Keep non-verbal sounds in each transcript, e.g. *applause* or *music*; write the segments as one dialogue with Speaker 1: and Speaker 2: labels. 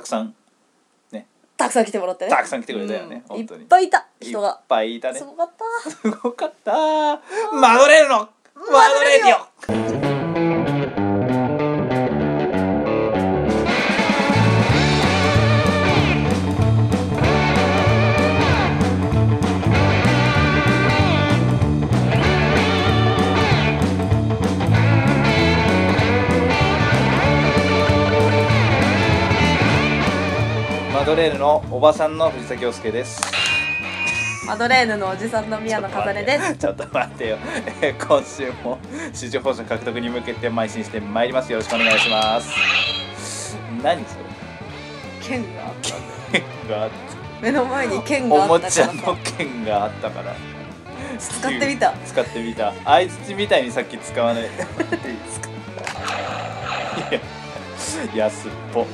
Speaker 1: くさん
Speaker 2: たくさん来てもらってね
Speaker 1: たくさん来てくれたよね、
Speaker 2: うんい
Speaker 1: 本
Speaker 2: っ
Speaker 1: 当に
Speaker 2: ぱいいた人
Speaker 1: いっ
Speaker 2: が
Speaker 1: ぱいいたね
Speaker 2: すごかった
Speaker 1: すごかったマドレーヌのマドレーディオマドレーヌのおばさんの藤崎陽介です
Speaker 2: マドレーヌのおじさんの宮野かざねです
Speaker 1: ちょっと待ってよ、 *laughs* えー今週も支持報酬獲得に向けて邁進してまいりますよろしくお願いします何そ
Speaker 2: 剣があった
Speaker 1: れ剣があっ
Speaker 2: 目の前に
Speaker 1: た
Speaker 2: 剣が
Speaker 1: お
Speaker 2: あ
Speaker 1: も
Speaker 2: った
Speaker 1: ちゃ
Speaker 2: か
Speaker 1: の剣があったから
Speaker 2: らさ使ってみた
Speaker 1: 使ってみた相槌みたいにさっき使わないいや安っぽ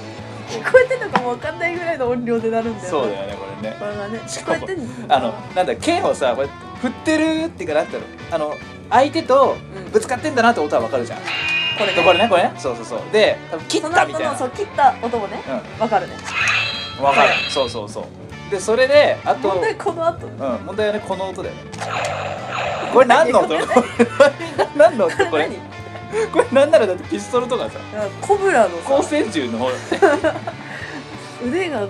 Speaker 2: 聞こえてんのかもわかんないぐらいの音量でなるんだよ
Speaker 1: そうだよねこれね
Speaker 2: これがね
Speaker 1: し
Speaker 2: 聞
Speaker 1: か
Speaker 2: こ
Speaker 1: も
Speaker 2: えてん
Speaker 1: あのなんだ剣をさこうやって振ってるっていうかなんだろうあの相手とぶつかってんだなって音はわかるじゃん、
Speaker 2: これ
Speaker 1: で
Speaker 2: ね
Speaker 1: これねこれねそうそうそうで多分切ったみたい
Speaker 2: その後
Speaker 1: な
Speaker 2: のそう切った音もね
Speaker 1: う
Speaker 2: わかるね
Speaker 1: んわかるそうそうそうでそれであと
Speaker 2: 問題この後
Speaker 1: うん問題はねこの音だよねこれ何の音これ *laughs* 何の音これ
Speaker 2: 何
Speaker 1: これ何ならだってピストルとかさ
Speaker 2: なんかコブラの
Speaker 1: 光
Speaker 2: さ
Speaker 1: 線銃
Speaker 2: *laughs*
Speaker 1: の
Speaker 2: 腕がこ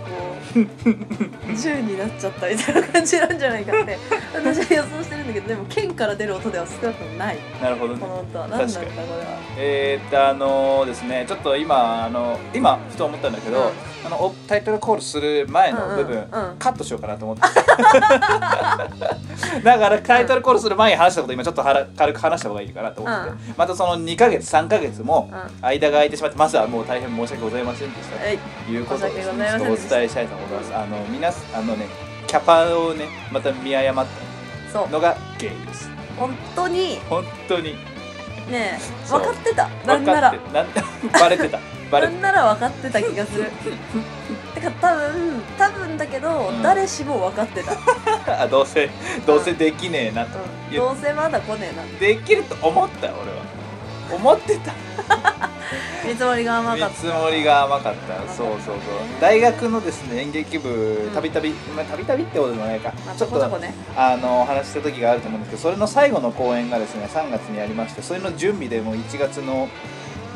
Speaker 2: う銃になっちゃったみたいな感じなんじゃないかって私は予想してるんだけどでも剣から出る音では少なくともない
Speaker 1: なるほどね
Speaker 2: この音は何なんだこ
Speaker 1: 確
Speaker 2: れは
Speaker 1: えー、っとあのですねちょっと今あの今ふと思ったんだけど、あのおタイトルコールする前の部分、
Speaker 2: うんうんうん
Speaker 1: カットしようかなと思って *laughs* だからタイトルコールする前に話したこと今ちょっとはら軽く話した方がいいかなと思って、
Speaker 2: うん
Speaker 1: またその2ヶ月3ヶ月も
Speaker 2: うんは
Speaker 1: 間が空いてしまってまずはもう大変申し訳ございませんでした
Speaker 2: い
Speaker 1: ということで
Speaker 2: 申し
Speaker 1: ち
Speaker 2: 訳ござい
Speaker 1: ょ
Speaker 2: ま
Speaker 1: っとお
Speaker 2: せんでした
Speaker 1: 伝えしたいと思いますあの皆さんあのねキャパをねまた見誤っ
Speaker 2: そう
Speaker 1: たのがゲイです
Speaker 2: 本当に
Speaker 1: 本当に
Speaker 2: ねえ
Speaker 1: そう
Speaker 2: 分かってたな
Speaker 1: 分
Speaker 2: んな
Speaker 1: からってなんバレて
Speaker 2: *laughs*
Speaker 1: たバレ
Speaker 2: な
Speaker 1: て
Speaker 2: んなら分かってた気が
Speaker 1: *laughs*
Speaker 2: するてか多分多分だけど、
Speaker 1: うん
Speaker 2: 誰しも分かってた、うん
Speaker 1: たあどうせどうせできねえなといや
Speaker 2: どうせまだ来ねえな
Speaker 1: できると思ったよ俺は思ってた
Speaker 2: 見積もりが甘かっ
Speaker 1: 見
Speaker 2: た
Speaker 1: 積もりが甘かっ
Speaker 2: 甘かったた
Speaker 1: そうそうそう大学のですね演劇部
Speaker 2: ん
Speaker 1: たびたびまあたびたびってことでもないか
Speaker 2: まあ、
Speaker 1: ち
Speaker 2: ち
Speaker 1: ょっ
Speaker 2: ょこちょことね
Speaker 1: あのお話しした時があると思うんですけどそれの最後の公演がですね3月にありましてそれの準備でもう1月の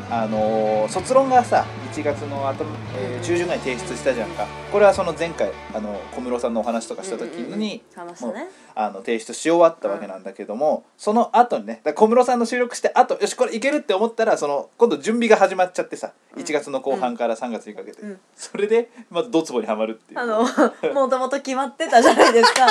Speaker 1: あのー卒論がさ1月の頭、えー中旬ぐらいに提出したじゃんかこれはその前回あの小室さんのお話とかした時に、
Speaker 2: うんうんうん話したね
Speaker 1: あの提出し終わったわけなんだけども、その後にねだから小室さんの収録してあとよしこれいけるって思ったらその今度準備が始まっちゃってさ
Speaker 2: うん
Speaker 1: 1月の後半から3月にかけて、
Speaker 2: うん
Speaker 1: それでまずドツボにはまるっていう
Speaker 2: あの *laughs* もともと決まってたじゃないで
Speaker 1: *laughs*
Speaker 2: すか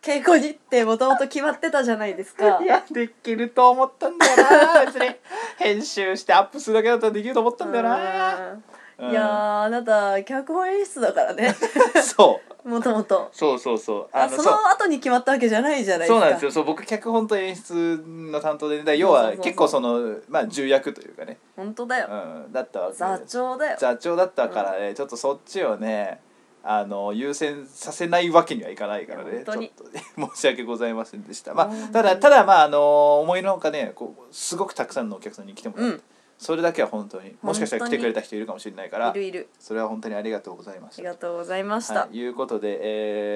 Speaker 2: 稽古に行ってもともと決まってたじゃないですか
Speaker 1: いやできると思ったんだよな別に編集してアップするだけだったらできると思ったんだよな
Speaker 2: うんいやーあなた脚本演出だか
Speaker 1: *laughs*
Speaker 2: らね
Speaker 1: うんそう
Speaker 2: もともと
Speaker 1: そうそうそう
Speaker 2: あ
Speaker 1: あの
Speaker 2: そ
Speaker 1: そう
Speaker 2: の後に決まったわけじゃないじゃないですか
Speaker 1: そうなんですよそう僕脚本と演出の担当で、ね、だから要
Speaker 2: そうそ
Speaker 1: は
Speaker 2: うそうそう
Speaker 1: 結構そのまあ重役というかね、
Speaker 2: 本当だよ、
Speaker 1: うん、だったわけで
Speaker 2: 座長だよ
Speaker 1: 座長だったからね、ちょっとそっちをねあの優先させないわけにはいかないから
Speaker 2: い
Speaker 1: ね *laughs*
Speaker 2: や
Speaker 1: ちょ
Speaker 2: 本
Speaker 1: っ
Speaker 2: 当
Speaker 1: と
Speaker 2: に
Speaker 1: 申し訳ございませんでした、ま
Speaker 2: 本当
Speaker 1: あ、
Speaker 2: に
Speaker 1: ただただまああの思いのほかねこうすごくたくさんのお客さんに来てもらって、
Speaker 2: うん
Speaker 1: それだけは本当にもしかしたら来てくれた人いるかもしれないから
Speaker 2: いるいる
Speaker 1: それは本当にありがとうございま
Speaker 2: あ
Speaker 1: し
Speaker 2: り
Speaker 1: た
Speaker 2: が。とうございました、
Speaker 1: はい、いうことで、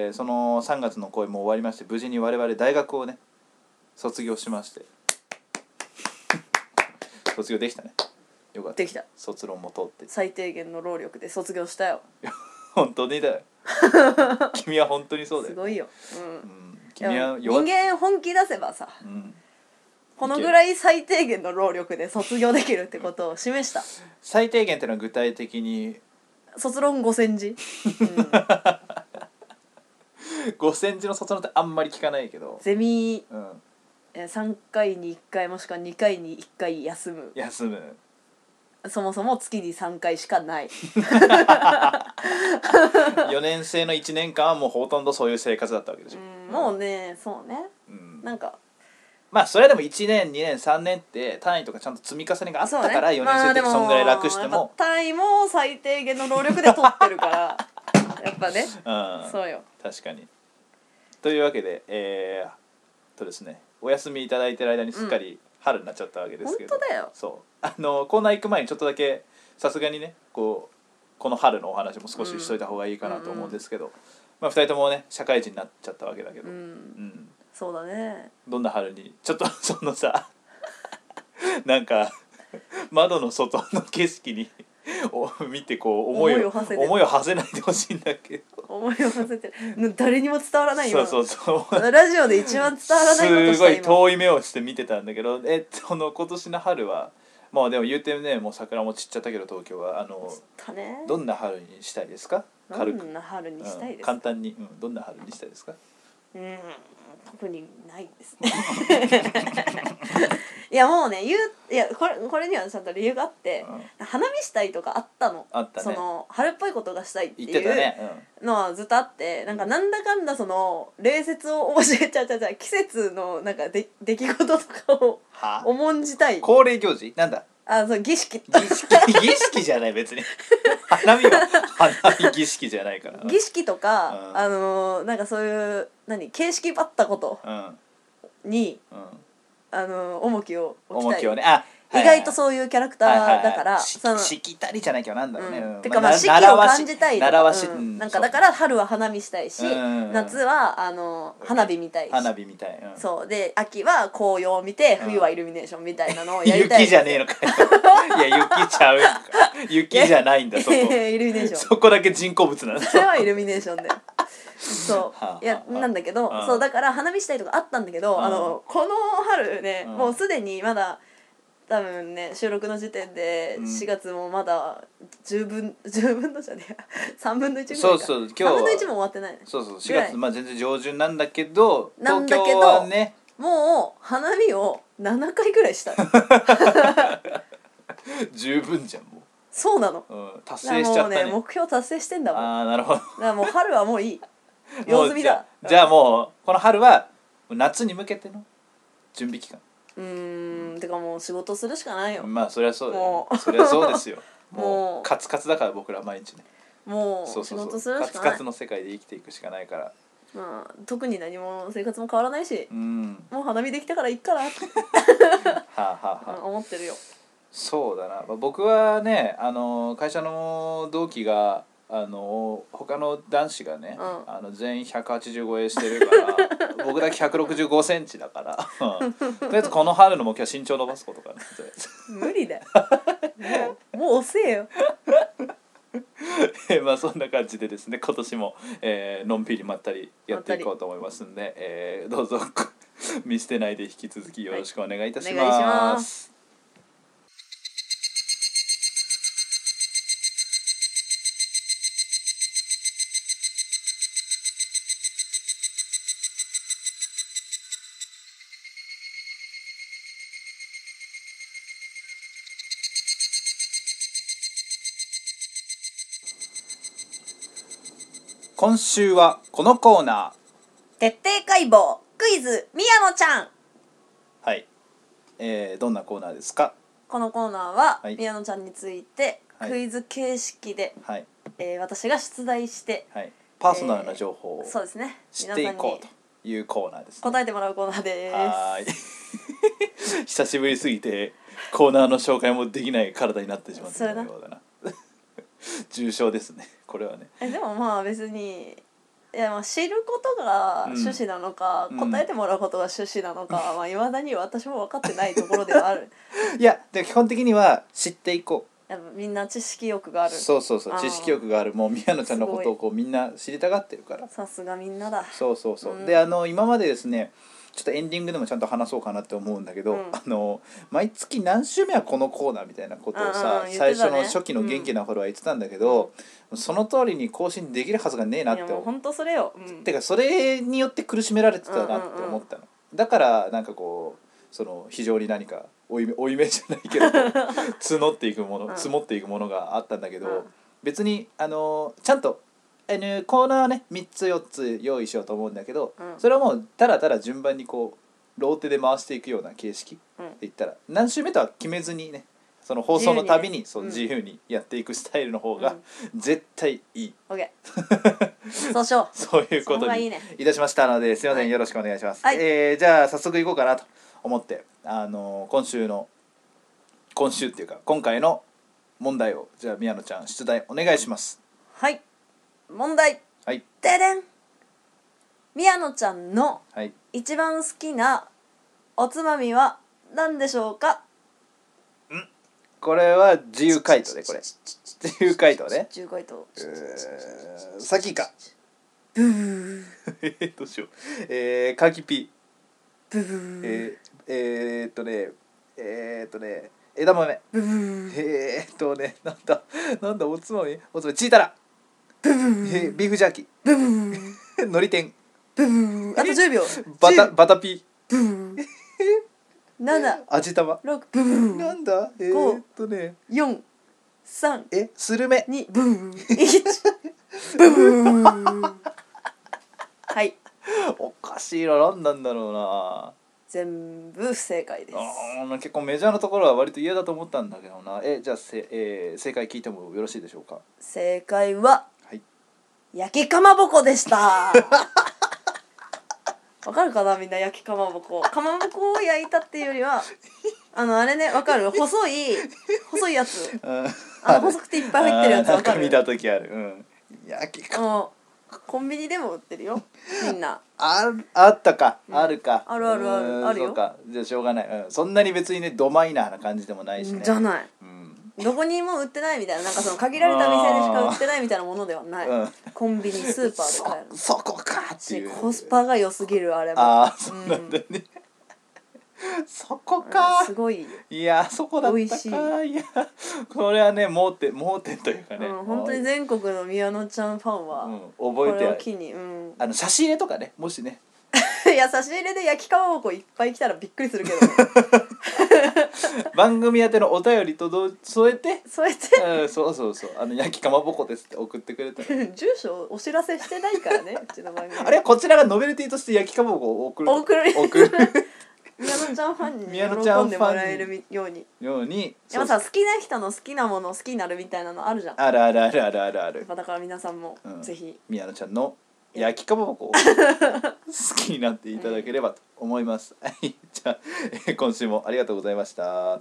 Speaker 1: えーその3月の公演も終わりまして無事に我々大学をね卒業しまして *laughs* 卒業できたねよかった
Speaker 2: できた
Speaker 1: 卒論も通って
Speaker 2: 最低限の労力で卒業したよ
Speaker 1: 本当にだよ
Speaker 2: *laughs*
Speaker 1: 君は本当にそうだ
Speaker 2: す
Speaker 1: よ、
Speaker 2: ごいよ、
Speaker 1: う、
Speaker 2: うんん、
Speaker 1: 君
Speaker 2: いや
Speaker 1: は
Speaker 2: 人
Speaker 1: 弱っ
Speaker 2: 間本気出せばさ
Speaker 1: うん、
Speaker 2: このぐらい最低限の労力で卒業できるってことを示した
Speaker 1: 最低限ってのは具体的に
Speaker 2: 卒論5,000字、うん、
Speaker 1: 5センチの卒論ってあんまり聞かないけど、
Speaker 2: ゼミ
Speaker 1: うん、
Speaker 2: えー3回に1回もしくは2回に1回休む
Speaker 1: 休む
Speaker 2: そもそも月に3回しかない
Speaker 1: *laughs* 4年生の1年間はもうほとんどそういう生活だったわけでしょ、
Speaker 2: もうねそうね
Speaker 1: うん
Speaker 2: なんか
Speaker 1: まあそれでも1年2年3年って単位とかちゃんと積み重ねがあった
Speaker 2: そう
Speaker 1: から4年生の時そんぐらい楽して
Speaker 2: まあでやっ
Speaker 1: も,、
Speaker 2: ぱ単位も最低限の労力で取ってるからやっぱね
Speaker 1: うん
Speaker 2: そうよ
Speaker 1: 確かにというわけでえー、とですねお休みいただいてる間にすっかり春になっちゃったわけです
Speaker 2: 本
Speaker 1: けど、
Speaker 2: 当だよ
Speaker 1: そうあのコーナー行く前にちょっとだけさすがにねこうこの春のお話も少ししといた方がいいかなと思うんですけど、まあ、2人ともね社会人になっちゃったわけだけど、
Speaker 2: う
Speaker 1: うんん、
Speaker 2: そうだね
Speaker 1: どんな春にちょっと *laughs* そのさなんか窓の外の景色にお見てこう思いを
Speaker 2: 思いを馳せて
Speaker 1: 思いを馳せないでほしいんだけど
Speaker 2: 思いをさせてる誰にも伝わらない
Speaker 1: そ
Speaker 2: よ
Speaker 1: うそうそう
Speaker 2: ラジオで一番伝わらないこと
Speaker 1: す
Speaker 2: した
Speaker 1: ご
Speaker 2: 今
Speaker 1: い遠い目をして見てたんだけどえその今年の春はまあでも言うてねもう桜も散っちゃったけど東京はあの
Speaker 2: だね
Speaker 1: どんな春にしたいですか軽く
Speaker 2: どんな春にしたい
Speaker 1: うん
Speaker 2: ですか
Speaker 1: 簡単に、うん、どんな春にしたいですか
Speaker 2: うん特にないですね *laughs* いやもうね言ういやこれこれにはちゃんと理由があって
Speaker 1: うん
Speaker 2: 花見したいとかあったの
Speaker 1: あった
Speaker 2: そ
Speaker 1: ね
Speaker 2: の春っぽいことがしたいって
Speaker 1: 言って
Speaker 2: い
Speaker 1: た
Speaker 2: う
Speaker 1: ね、うん
Speaker 2: のはずっとあってなんかなんだかんだその礼節を教えちゃうちゃうちゃう季節のなんかで出来事とかを
Speaker 1: はあ
Speaker 2: 重んじたい
Speaker 1: 恒例行事なんだ
Speaker 2: あそう儀式
Speaker 1: 儀式儀式じゃない別に花見は花見儀式じゃないから
Speaker 2: 儀式とか、
Speaker 1: うん
Speaker 2: あのーなんかそういう何形式ばったこと
Speaker 1: うんうん
Speaker 2: に、あのー重きを置き
Speaker 1: 重
Speaker 2: たい
Speaker 1: きをねあ
Speaker 2: 意外と
Speaker 1: う
Speaker 2: そういうキャラクターだから、
Speaker 1: し
Speaker 2: その
Speaker 1: しきたりじゃないけどなんだろうね、
Speaker 2: うん
Speaker 1: うん
Speaker 2: てかまあ
Speaker 1: な
Speaker 2: 四季を
Speaker 1: 習わし
Speaker 2: 感じたいと
Speaker 1: 習
Speaker 2: か
Speaker 1: わし、
Speaker 2: う
Speaker 1: うん
Speaker 2: んなんかだから春は花見したいし、
Speaker 1: うん
Speaker 2: 夏はあの花火見たいし、
Speaker 1: 花火みたい、うん
Speaker 2: そうで秋は紅葉を見て冬はイルミネーションみたいなのをやりたい
Speaker 1: 雪じゃねえのかよいや雪ちゃうやんか雪じゃないんだそこ
Speaker 2: イルミネーション
Speaker 1: そこだけ人工物なんだ
Speaker 2: それはイルミネーションでそ
Speaker 1: はあ
Speaker 2: ういや
Speaker 1: はあ
Speaker 2: なんだけど
Speaker 1: うん
Speaker 2: そうだから花見したいとかあったんだけど、
Speaker 1: うん
Speaker 2: あのこの春ね、
Speaker 1: うん
Speaker 2: もうすでにまだ多分ね収録の時点で
Speaker 1: うん
Speaker 2: 4月もまだ10分10分のじゃねえや3分の1ぐらいか
Speaker 1: そうそう今日は
Speaker 2: 3分の1も終わってないね
Speaker 1: そうそう4
Speaker 2: ぐらい
Speaker 1: 月まあ全然上旬なんだけど
Speaker 2: なんだけど
Speaker 1: 東京はね
Speaker 2: もう花見を7回ぐら
Speaker 1: *laughs*
Speaker 2: いした
Speaker 1: 十分じゃんも
Speaker 2: そうなの
Speaker 1: う、うん、達
Speaker 2: だから
Speaker 1: 成しちゃ
Speaker 2: も
Speaker 1: っ
Speaker 2: う
Speaker 1: た
Speaker 2: ね
Speaker 1: ね
Speaker 2: 目標達成してんだもんだか
Speaker 1: ああなるほど
Speaker 2: らもう春はもういい
Speaker 1: も
Speaker 2: *laughs* 様
Speaker 1: う
Speaker 2: 子見
Speaker 1: じゃ
Speaker 2: だ
Speaker 1: あじゃあもうこの春は夏に向けての準備期間
Speaker 2: うーんてかもう仕事するしかないよ
Speaker 1: まあそりゃそうだよ
Speaker 2: も
Speaker 1: ねそりゃそうです
Speaker 2: *laughs*
Speaker 1: よも
Speaker 2: も
Speaker 1: う
Speaker 2: う
Speaker 1: カツカツだから僕ら毎日ね
Speaker 2: も
Speaker 1: そう
Speaker 2: う仕
Speaker 1: そう
Speaker 2: 事す
Speaker 1: そう
Speaker 2: る
Speaker 1: カ
Speaker 2: し
Speaker 1: ツ
Speaker 2: かな
Speaker 1: カ
Speaker 2: い
Speaker 1: ツの世界で生きていくしかないから
Speaker 2: まあ、特に何も生活も変わらないし
Speaker 1: う、ん
Speaker 2: もう花見できたからいっ
Speaker 1: *laughs*
Speaker 2: かなって
Speaker 1: はあはあはあ
Speaker 2: 思ってるよ。
Speaker 1: そうだなまあ僕はねあの会社の同期があの他の男子がね、
Speaker 2: うん
Speaker 1: あの全員180超えしてるから僕だけ1 6 5センチだからうんとりあえずこの春の目標は身長伸ばすことかなとりあえず
Speaker 2: 無理
Speaker 1: *laughs*
Speaker 2: だよ。もうもう遅えよ。
Speaker 1: えーまあそんな感じでですね今年も、えーのんびりまったりやっていこうと思いますんで、えーどうぞ *laughs* 見捨てないで引き続きよろしくお願いいたします。
Speaker 2: はいお願いします
Speaker 1: 今週はこのコーナ
Speaker 2: 徹底解剖クイズ宮野ちゃん。
Speaker 1: ーはい、えーどんなコーナーですか
Speaker 2: このコーナーは、
Speaker 1: はい
Speaker 2: 宮野ちゃんについて、
Speaker 1: はい
Speaker 2: クイズ形式で、
Speaker 1: はい
Speaker 2: えー私が出題して、
Speaker 1: はいパーソナルな情報を
Speaker 2: そうですね。
Speaker 1: 知
Speaker 2: 皆
Speaker 1: っ
Speaker 2: さ
Speaker 1: てい
Speaker 2: んに
Speaker 1: こうというコーナーです、ね。
Speaker 2: 答えてもらうコーナーです。
Speaker 1: はーい *laughs* 久しぶりすぎてコーナーの紹介もできない体になってしまったようだな *laughs* 重症ですねこれはね
Speaker 2: えでもまあ別にいやまあ知ることが趣旨なのか、
Speaker 1: うん
Speaker 2: 答えてもらうことが趣旨なのかはまあ、未だに私も分かってないところではある
Speaker 1: いやで基本的には知っていこ
Speaker 2: やっぱみんな知識欲があ
Speaker 1: う
Speaker 2: る
Speaker 1: そうそうそ
Speaker 2: あ
Speaker 1: う
Speaker 2: ー
Speaker 1: 知識欲があるもう宮野ちゃんのことをこうみんな知りたがってるから
Speaker 2: さすがみんなだ
Speaker 1: そうそうそう、
Speaker 2: うん
Speaker 1: であの今までですねちょっとエンディングでもちゃんと話そうかなって思うんだけど、
Speaker 2: うん
Speaker 1: あの毎月何週目はこのコーナーみたいなことを
Speaker 2: うんうん
Speaker 1: さ、
Speaker 2: 言ってた
Speaker 1: 最
Speaker 2: ね
Speaker 1: 初の初期の元気な頃は言ってたんだけど、その通りに更新できるはずがねえなっ
Speaker 2: い
Speaker 1: て思
Speaker 2: やもう
Speaker 1: う
Speaker 2: 本当それよ、うん、
Speaker 1: てかそれによって苦しめられてたなって思ったの、だからなんかこうその非常に何か負い目負い目じゃない
Speaker 2: *laughs*
Speaker 1: けど募っていくもの
Speaker 2: うん
Speaker 1: 積もっていくものがあったんだけど、
Speaker 2: うん
Speaker 1: 別にあのちゃんとあのコーナーはね3つ4つ用意しようと思うんだけど、
Speaker 2: うん
Speaker 1: それはもうただただ順番にこうローテで回していくような形式
Speaker 2: うん
Speaker 1: って言ったら何週目とは決めずにねその放送のたびに
Speaker 2: 自
Speaker 1: そ
Speaker 2: 由にね
Speaker 1: う
Speaker 2: うん
Speaker 1: 自由にやっていくスタイルの方が絶対いい、
Speaker 2: オッケーそうしよ
Speaker 1: そういうこ
Speaker 2: その方
Speaker 1: と
Speaker 2: がい
Speaker 1: に
Speaker 2: いね
Speaker 1: いたしましたので、すみませ
Speaker 2: は
Speaker 1: ん、
Speaker 2: い
Speaker 1: よろしくお願いします。
Speaker 2: はい
Speaker 1: えーじゃあ、早速行こうかなと思って、あのー今週の。今週っていうか、今回の問題をじゃあ宮野ちゃん出題お願いします
Speaker 2: はい問題
Speaker 1: はい
Speaker 2: てれん宮野ちゃんの
Speaker 1: はい
Speaker 2: 一番好きなおつまみは何でしょうか
Speaker 1: これは自由回答でこれ自由回答ね
Speaker 2: 中回答
Speaker 1: えー先か
Speaker 2: ブー
Speaker 1: *laughs* えーどうしようえー、かきピ
Speaker 2: ブー
Speaker 1: ーえー、えー、っとねえー、っとね枝豆
Speaker 2: ブー
Speaker 1: えー、っとねなんだなんだおつまみおつまみチータラえービーフジャーキ *laughs*
Speaker 2: ブー
Speaker 1: ーのり天
Speaker 2: ブーあと10秒
Speaker 1: バタバタピー
Speaker 2: ブー76
Speaker 1: 味玉
Speaker 2: ブー
Speaker 1: なんだえー、っとね
Speaker 2: 432
Speaker 1: えスルメ
Speaker 2: ブー1ブーはい
Speaker 1: おかしいな何なんだろうな
Speaker 2: 全部不正解です
Speaker 1: あー結構メジャーなところは割と嫌だと思ったんだけどなえじゃあせ、えー正解聞いてもよろしいでしょうか
Speaker 2: 正解は
Speaker 1: はい
Speaker 2: 焼きかまぼこでしたわかるかなみんな焼きかまぼこかまぼこを焼いたっていうよりはあのあれねわかる細い細いやつ
Speaker 1: うん
Speaker 2: あの細くていっぱい入ってるやつ
Speaker 1: あー
Speaker 2: わか
Speaker 1: なん
Speaker 2: る
Speaker 1: 見た時あるうん焼きか
Speaker 2: うんコンビニでも売ってるよみんな
Speaker 1: あるあったか、
Speaker 2: うん
Speaker 1: あるか
Speaker 2: あるあるある
Speaker 1: うん
Speaker 2: あるよ
Speaker 1: そうかじゃあしょうがない、うん、そんなに別にねドマイナーな感じでもないしね
Speaker 2: じゃない
Speaker 1: うん、
Speaker 2: どこにも売ってないみたいななんかその限られた店でしか売ってないみたいなものではない
Speaker 1: うん、
Speaker 2: コンビニスーパーで買える
Speaker 1: そそこかってい
Speaker 2: し
Speaker 1: う
Speaker 2: コスパが良すぎるあれも
Speaker 1: ああそうなんだよね、 *laughs* そこか、
Speaker 2: うんすごい
Speaker 1: いやそこだっ
Speaker 2: 美
Speaker 1: た
Speaker 2: 味しい
Speaker 1: かいやこれはね盲点盲点というかね、
Speaker 2: うん、本当に全国の宮野ちゃんファンは、
Speaker 1: うん、
Speaker 2: こ
Speaker 1: 覚えて
Speaker 2: れ
Speaker 1: あ
Speaker 2: を
Speaker 1: る
Speaker 2: 機に、うん、 *laughs*
Speaker 1: あの差し入れとかねもしね *laughs*
Speaker 2: いや差し入れで焼きかまぼこいっぱい来たらびっくり
Speaker 1: *laughs*
Speaker 2: するけど、ね、
Speaker 1: 番組宛てのお便りとどう添えて
Speaker 2: そうやって
Speaker 1: うんそうそうそうあの焼きかまぼこですって送ってくれたら
Speaker 2: 住所をお知らせしてないか
Speaker 1: *laughs*
Speaker 2: らねうちの番組
Speaker 1: あれはこちらがノベルティとして焼きかまぼこを送る
Speaker 2: 送る
Speaker 1: 送る
Speaker 2: 宮野ちゃんファンに
Speaker 1: 宮野ちゃん
Speaker 2: 喜んでもらえるように
Speaker 1: ように
Speaker 2: でもさ好きな人の好きなものを好きになるみたいなのあるじゃんや
Speaker 1: あるあるあるあるあるあ
Speaker 2: っ
Speaker 1: る
Speaker 2: ぱだから皆さんも
Speaker 1: うん
Speaker 2: ぜひ、
Speaker 1: 宮野ちゃんの焼きかまぼこを好きになっていただければと思います、 *laughs* はいじゃあえー今週もありがとうございました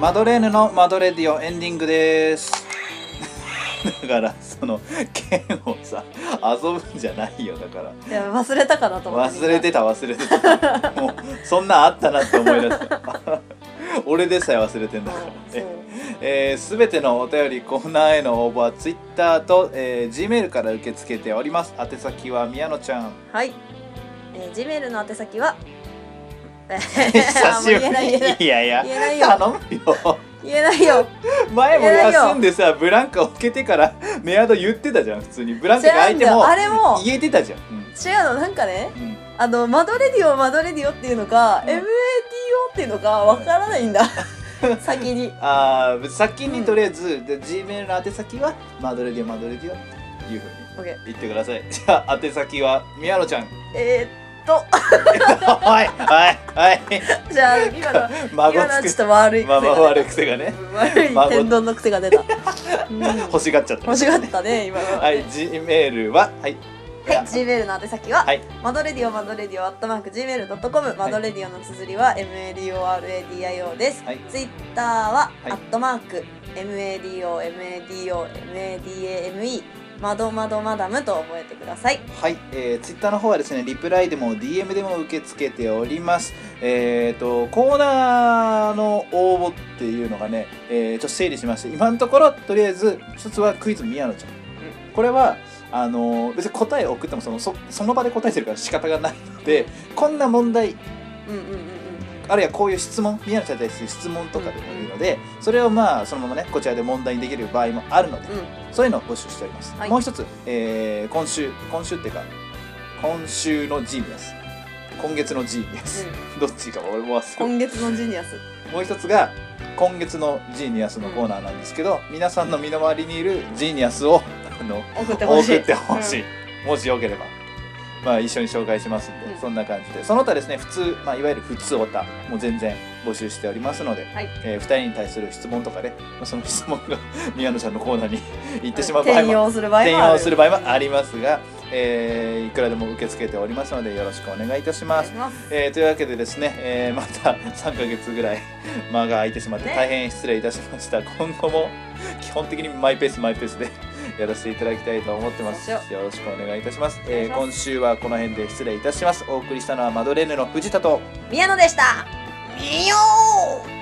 Speaker 1: マドレーヌのマドレディオエンディングですだからその剣をさ遊ぶんじゃないよだから
Speaker 2: いや忘れたかなと思って
Speaker 1: 忘れてた忘れてたもうそんなんあったなって思い出した *laughs* 俺でさえ忘れてん
Speaker 2: み
Speaker 1: だ
Speaker 2: んな
Speaker 1: か
Speaker 2: そ
Speaker 1: ら
Speaker 2: うそう
Speaker 1: ええー、全てのお便りコーナーへの応募は Twitter と、えー、Gmail から受け付けております宛先は宮野ちゃん
Speaker 2: *laughs* はい、えー、Gmail の宛先は *laughs*
Speaker 1: 久しぶ
Speaker 2: あもう言えない言えない
Speaker 1: りいやいや
Speaker 2: 言えないよ
Speaker 1: 頼むよ
Speaker 2: 言えないよ
Speaker 1: 前も
Speaker 2: 言えないよ
Speaker 1: 休んでさブランカをつけてからメアド言ってたじゃん普通にブランカが空いて
Speaker 2: 違うんだ
Speaker 1: も
Speaker 2: よあれも
Speaker 1: 言えてたじゃん、
Speaker 2: 違うのなんかね
Speaker 1: うんうん
Speaker 2: あのマドレディオマドレディオっていうのか、
Speaker 1: うん
Speaker 2: MADO っていうのかわからない
Speaker 1: *laughs*
Speaker 2: んだ先に
Speaker 1: あー先にとりあえず、で G メールの宛先はマドレディオマドレディオっていうふうに
Speaker 2: OK
Speaker 1: 言ってください *laughs* じゃあ宛先は宮野ちゃん *laughs*
Speaker 2: えー、っと *laughs*
Speaker 1: はいはいはい
Speaker 2: じゃあ今の
Speaker 1: 孫
Speaker 2: 今のはちょっ
Speaker 1: つく
Speaker 2: と悪い癖
Speaker 1: ま
Speaker 2: が
Speaker 1: あまあ
Speaker 2: 出
Speaker 1: 悪い癖がね
Speaker 2: た悪い天丼の癖が
Speaker 1: *laughs*
Speaker 2: 出た、うん、
Speaker 1: 欲しがっちゃった
Speaker 2: 面白かったね今のはね
Speaker 1: はい G メールははい
Speaker 2: はい、Gmail の宛先は、
Speaker 1: はい
Speaker 2: マドレディオマドレディオアットマーク Gmail.com マドレディオの綴りは MADORADIO です、
Speaker 1: はい
Speaker 2: Twitter は、
Speaker 1: はい
Speaker 2: アットマーク MADOMADOMADAME マドマドマダムと覚えてください
Speaker 1: はい、えー、ツイッターの方はですねリプライでも DM でも受け付けておりますえっ、とコーナーの応募っていうのがね、えー、ちょっと整理しまして今のところとりあえず一つはクイズ宮野ちゃんこれはあのー別に答えを送ってもそのそその場で答えてるから仕方がないのでこんな問題
Speaker 2: うんうんうんうん
Speaker 1: あるいはこういう質問宮野ちゃんに対する質問とかでもいいのでそれをまあそのままねこちらで問題にできる場合もあるので
Speaker 2: うん
Speaker 1: そういうのを募集しております。
Speaker 2: はい
Speaker 1: もう一つ、えー今週、今週っていうか、今週のジーニアス。今月のジーニアス。 *laughs* どっちか俺も忘れ
Speaker 2: 今月のジニアス
Speaker 1: もう一つが、今月のジーニアスのコーナーなんですけど、皆さんの身の回りにいるジーニアスを、あの、
Speaker 2: 送って
Speaker 1: 送
Speaker 2: ほ
Speaker 1: っ
Speaker 2: しい
Speaker 1: てほしい。もしよければ。まあ、一緒に紹介しますんで、
Speaker 2: うん
Speaker 1: そんな感じでその他ですね普通、まあ、いわゆる普通オタも全然募集しておりますので、
Speaker 2: はい
Speaker 1: えー、2人に対する質問とかねまあその質問が宮野さんのコーナーに行ってしまう場合
Speaker 2: 転
Speaker 1: も
Speaker 2: 用する場合
Speaker 1: 転
Speaker 2: もある
Speaker 1: 用する場合もありますが、えーいくらでも受け付けておりますのでよろしくお願いいたし
Speaker 2: お
Speaker 1: ま
Speaker 2: 願い
Speaker 1: す
Speaker 2: し。ます
Speaker 1: えーというわけでですね、えーまた3ヶ月ぐらい間が空いてしまって
Speaker 2: ね
Speaker 1: 大変失礼いたしました、今後も基本的にマイペースマイペースでやらせていただきたいと思ってます
Speaker 2: そう
Speaker 1: よ
Speaker 2: し
Speaker 1: ろしくお願いいたします
Speaker 2: お願い
Speaker 1: えー
Speaker 2: します
Speaker 1: 今週はこの辺で失礼いたしますお送りしたのはマドレーヌの藤田と
Speaker 2: 宮野でした見よう